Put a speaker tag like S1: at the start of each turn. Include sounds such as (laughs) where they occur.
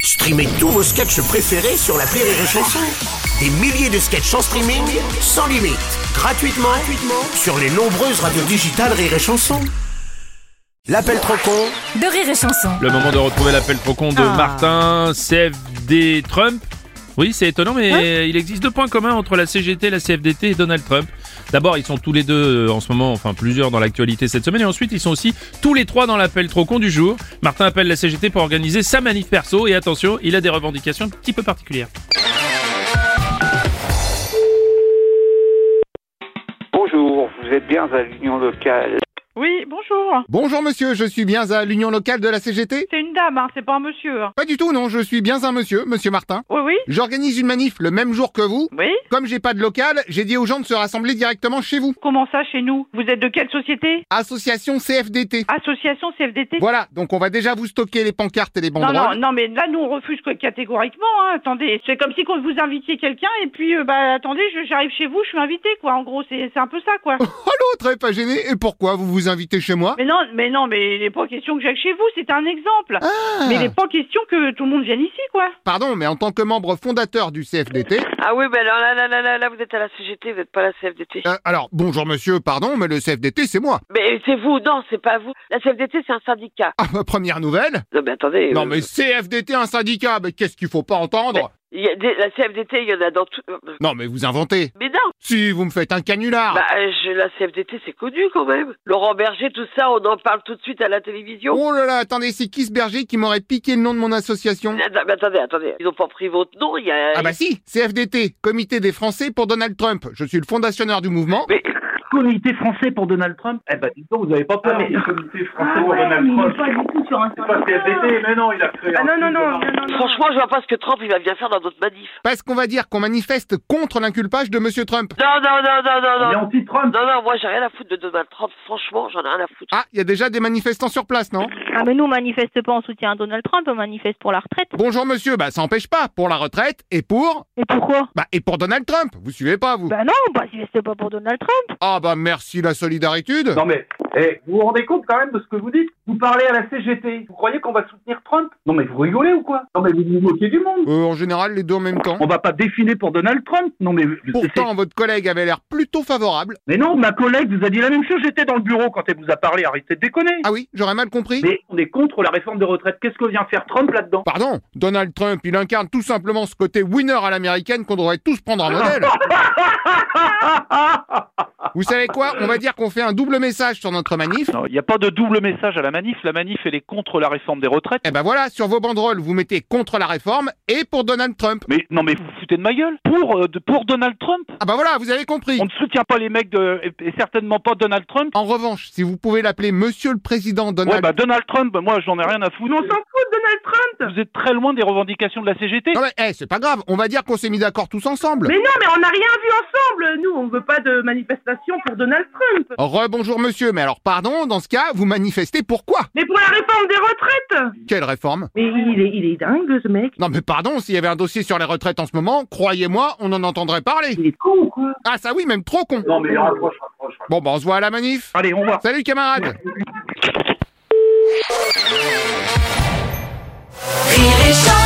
S1: Streamez tous vos sketchs préférés sur la Rire et Chanson. Des milliers de sketchs en streaming, sans limite, gratuitement, gratuitement sur les nombreuses radios digitales Rire et Chanson. L'appel trop con
S2: de rire et chanson.
S3: Le moment de retrouver l'appel trop con de
S2: Ah.
S3: Martin, CFD Trump. Oui, c'est étonnant, mais il existe deux points communs entre la CGT, la CFDT et Donald Trump. D'abord, ils sont tous les deux euh, en ce moment, enfin plusieurs dans l'actualité cette semaine, et ensuite, ils sont aussi tous les trois dans l'appel trop con du jour. Martin appelle la CGT pour organiser sa manif perso, et attention, il a des revendications un petit peu particulières.
S4: Bonjour, vous êtes bien à l'Union locale.
S5: Oui, bonjour.
S6: Bonjour monsieur, je suis bien à l'union locale de la CGT
S5: C'est une dame, hein, c'est pas un monsieur. hein.
S6: Pas du tout non, je suis bien un monsieur, monsieur Martin.
S5: Oui, oui,
S6: J'organise une manif le même jour que vous.
S5: oui.
S6: Comme j'ai pas de local, j'ai dit aux gens de se rassembler directement chez vous.
S5: Comment ça chez nous Vous êtes de quelle société
S6: Association CFDT.
S5: Association CFDT
S6: Voilà, donc on va déjà vous stocker les pancartes et les
S5: Non,
S6: banderoles.
S5: non, non, mais là, nous, on refuse quoi, catégoriquement. hein. Attendez, c'est comme si quand vous invitiez quelqu'un et puis, euh, bah, attendez, je- j'arrive chez vous, je suis invité, quoi. En gros, c'est c'est un peu ça, quoi.
S6: (laughs) Oh l'autre est pas gêné, et pourquoi vous vous invitez chez moi
S5: mais non, mais non, mais il n'est pas question que j'aille chez vous, c'est un exemple. Mais il n'est pas question que tout le monde vienne ici, quoi.
S6: Pardon, mais en tant que membre fondateur du CFDT...
S7: Ah oui, ben alors là, là, là, là, là, vous êtes à la CGT, vous n'êtes pas à la CFDT.
S6: Euh, alors, bonjour monsieur, pardon, mais le CFDT c'est moi. (laughs)
S7: Mais c'est vous, non, c'est pas vous. La CFDT, c'est un syndicat.
S6: Ah, bah, première nouvelle
S7: Non, mais attendez.
S6: Non
S7: euh,
S6: mais CFDT un syndicat, mais qu'est-ce qu'il faut pas entendre
S7: il y a des- la CFDT, il y en a dans tout.
S6: Non mais vous inventez.
S7: Mais non,
S6: Si, vous me faites un canular
S7: bah, euh, je- la CFDT, c'est connu quand même. Laurent Berger, tout ça, on en parle tout de suite à la télévision.
S6: Oh là là, attendez, c'est qui ce berger qui m'aurait piqué le nom de mon association
S7: Mais atta- Ah, mais attendez, attendez, ils n'ont pas pris votre nom, il y a.
S6: Ah bah si, CFDT, Comité des Français pour Donald Trump. Je suis le fondationnaire du mouvement.
S7: Mais
S8: comité français pour Donald Trump.
S9: Eh ben, dis donc, vous avez pas peur
S8: Ah, mais-
S9: du comité français pour Donald Trump.
S2: pas du tout sur un
S9: C'est pas CFDT, mais Ah non, il a créé
S5: Ah,
S9: un truc de Donald
S7: franchement, je vois pas ce que Trump, il va bien faire dans notre manif.
S6: Parce qu'on va dire qu'on manifeste contre l'inculpage de Monsieur Trump.
S7: Non, non, non, non, non,
S9: Il est
S7: non.
S9: anti-Trump.
S7: Non, non, moi, j'ai rien à foutre de Donald Trump. Franchement, j'en ai rien à foutre.
S6: Ah, il y a déjà des manifestants sur place, non
S10: Ah mais nous on manifeste pas en soutien à Donald Trump, on manifeste pour la retraite.
S6: Bonjour monsieur, bah ça empêche pas, pour la retraite et pour...
S10: Et pourquoi
S6: Bah et pour Donald Trump, vous suivez pas vous
S10: Bah non, on manifeste pas pour Donald Trump.
S6: Ah bah merci la solidarité
S9: Non, mais, eh, vous vous rendez compte quand même de ce que vous dites Vous parlez à la CGT. Vous croyez qu'on va soutenir Trump Non, mais vous rigolez ou quoi Non, mais vous vous moquez du monde.
S6: Euh, en général, les deux en même temps.
S8: On va pas défiler pour Donald Trump. Non mais c'est-
S6: Pourtant, votre collègue avait l'air plutôt favorable.
S8: mais non, ma collègue vous a dit la même chose. J'étais dans le bureau quand elle vous a parlé. Arrêtez de déconner.
S6: Ah oui, j'aurais mal compris
S8: Mais on est contre la réforme des retraites. Qu'est-ce que vient faire Trump là-dedans
S6: Pardon, Donald Trump, il incarne tout simplement ce côté winner à l'américaine qu'on devrait tous prendre en
S8: (laughs)
S6: modèle. Vous savez quoi On va dire qu'on fait un double message sur notre manif.
S8: Non, il n'y a pas de double message à la manif. La manif elle est contre la réforme des retraites.
S6: Eh ben voilà, sur vos banderoles, vous mettez contre la réforme et pour Donald Trump.
S8: Mais non mais vous vous foutez de ma gueule. Pour euh, de- pour Donald Trump.
S6: Ah ben voilà, vous avez compris.
S8: On ne soutient pas les mecs de et- et certainement pas Donald Trump.
S6: En revanche, si vous pouvez l'appeler Monsieur le Président Donald...
S8: Ouais, bah Donald Trump, bah, moi j'en ai rien à foutre. on s'en fout de Donald Trump Vous êtes très loin des revendications de la CGT.
S6: Non mais, eh, c'est pas grave, on va dire qu'on s'est mis d'accord tous ensemble.
S5: non, mais on n'a rien vu ensemble. Nous, on ne veut pas de manifestation pour Donald Trump.
S6: Rebonjour monsieur, mais alors pardon, dans ce cas, vous manifestez pourquoi
S5: Mais pour la réforme des retraites
S6: Quelle réforme
S5: Mais il est, il est dingue, ce mec.
S6: Non mais pardon, s'il y avait un dossier sur les retraites en ce moment, croyez-moi, on en entendrait parler.
S5: Il est con ou quoi
S6: Ah ça oui, même trop con.
S9: Non, mais rapproche, rapproche.
S6: Bon bah on se voit à la manif.
S8: Allez, on va.
S6: Salut camarades
S2: Rire et chanson.